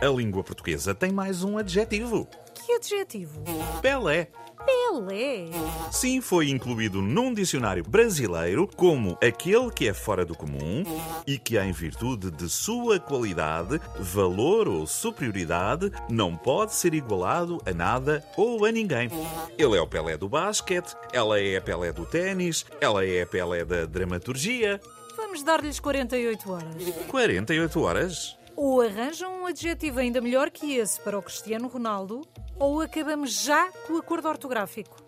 A língua portuguesa tem mais um adjetivo: Que adjetivo? é. Pelé. Pelé. Sim, foi incluído num dicionário brasileiro como aquele que é fora do comum e que, em virtude de sua qualidade, valor ou superioridade, não pode ser igualado a nada ou a ninguém. Ele é o Pelé do basquete, ela é a Pelé do ténis, ela é a Pelé da dramaturgia. Vamos dar-lhes 48 horas. 48 horas. Ou arranjam um adjetivo ainda melhor que esse para o Cristiano Ronaldo, ou acabamos já com o acordo ortográfico.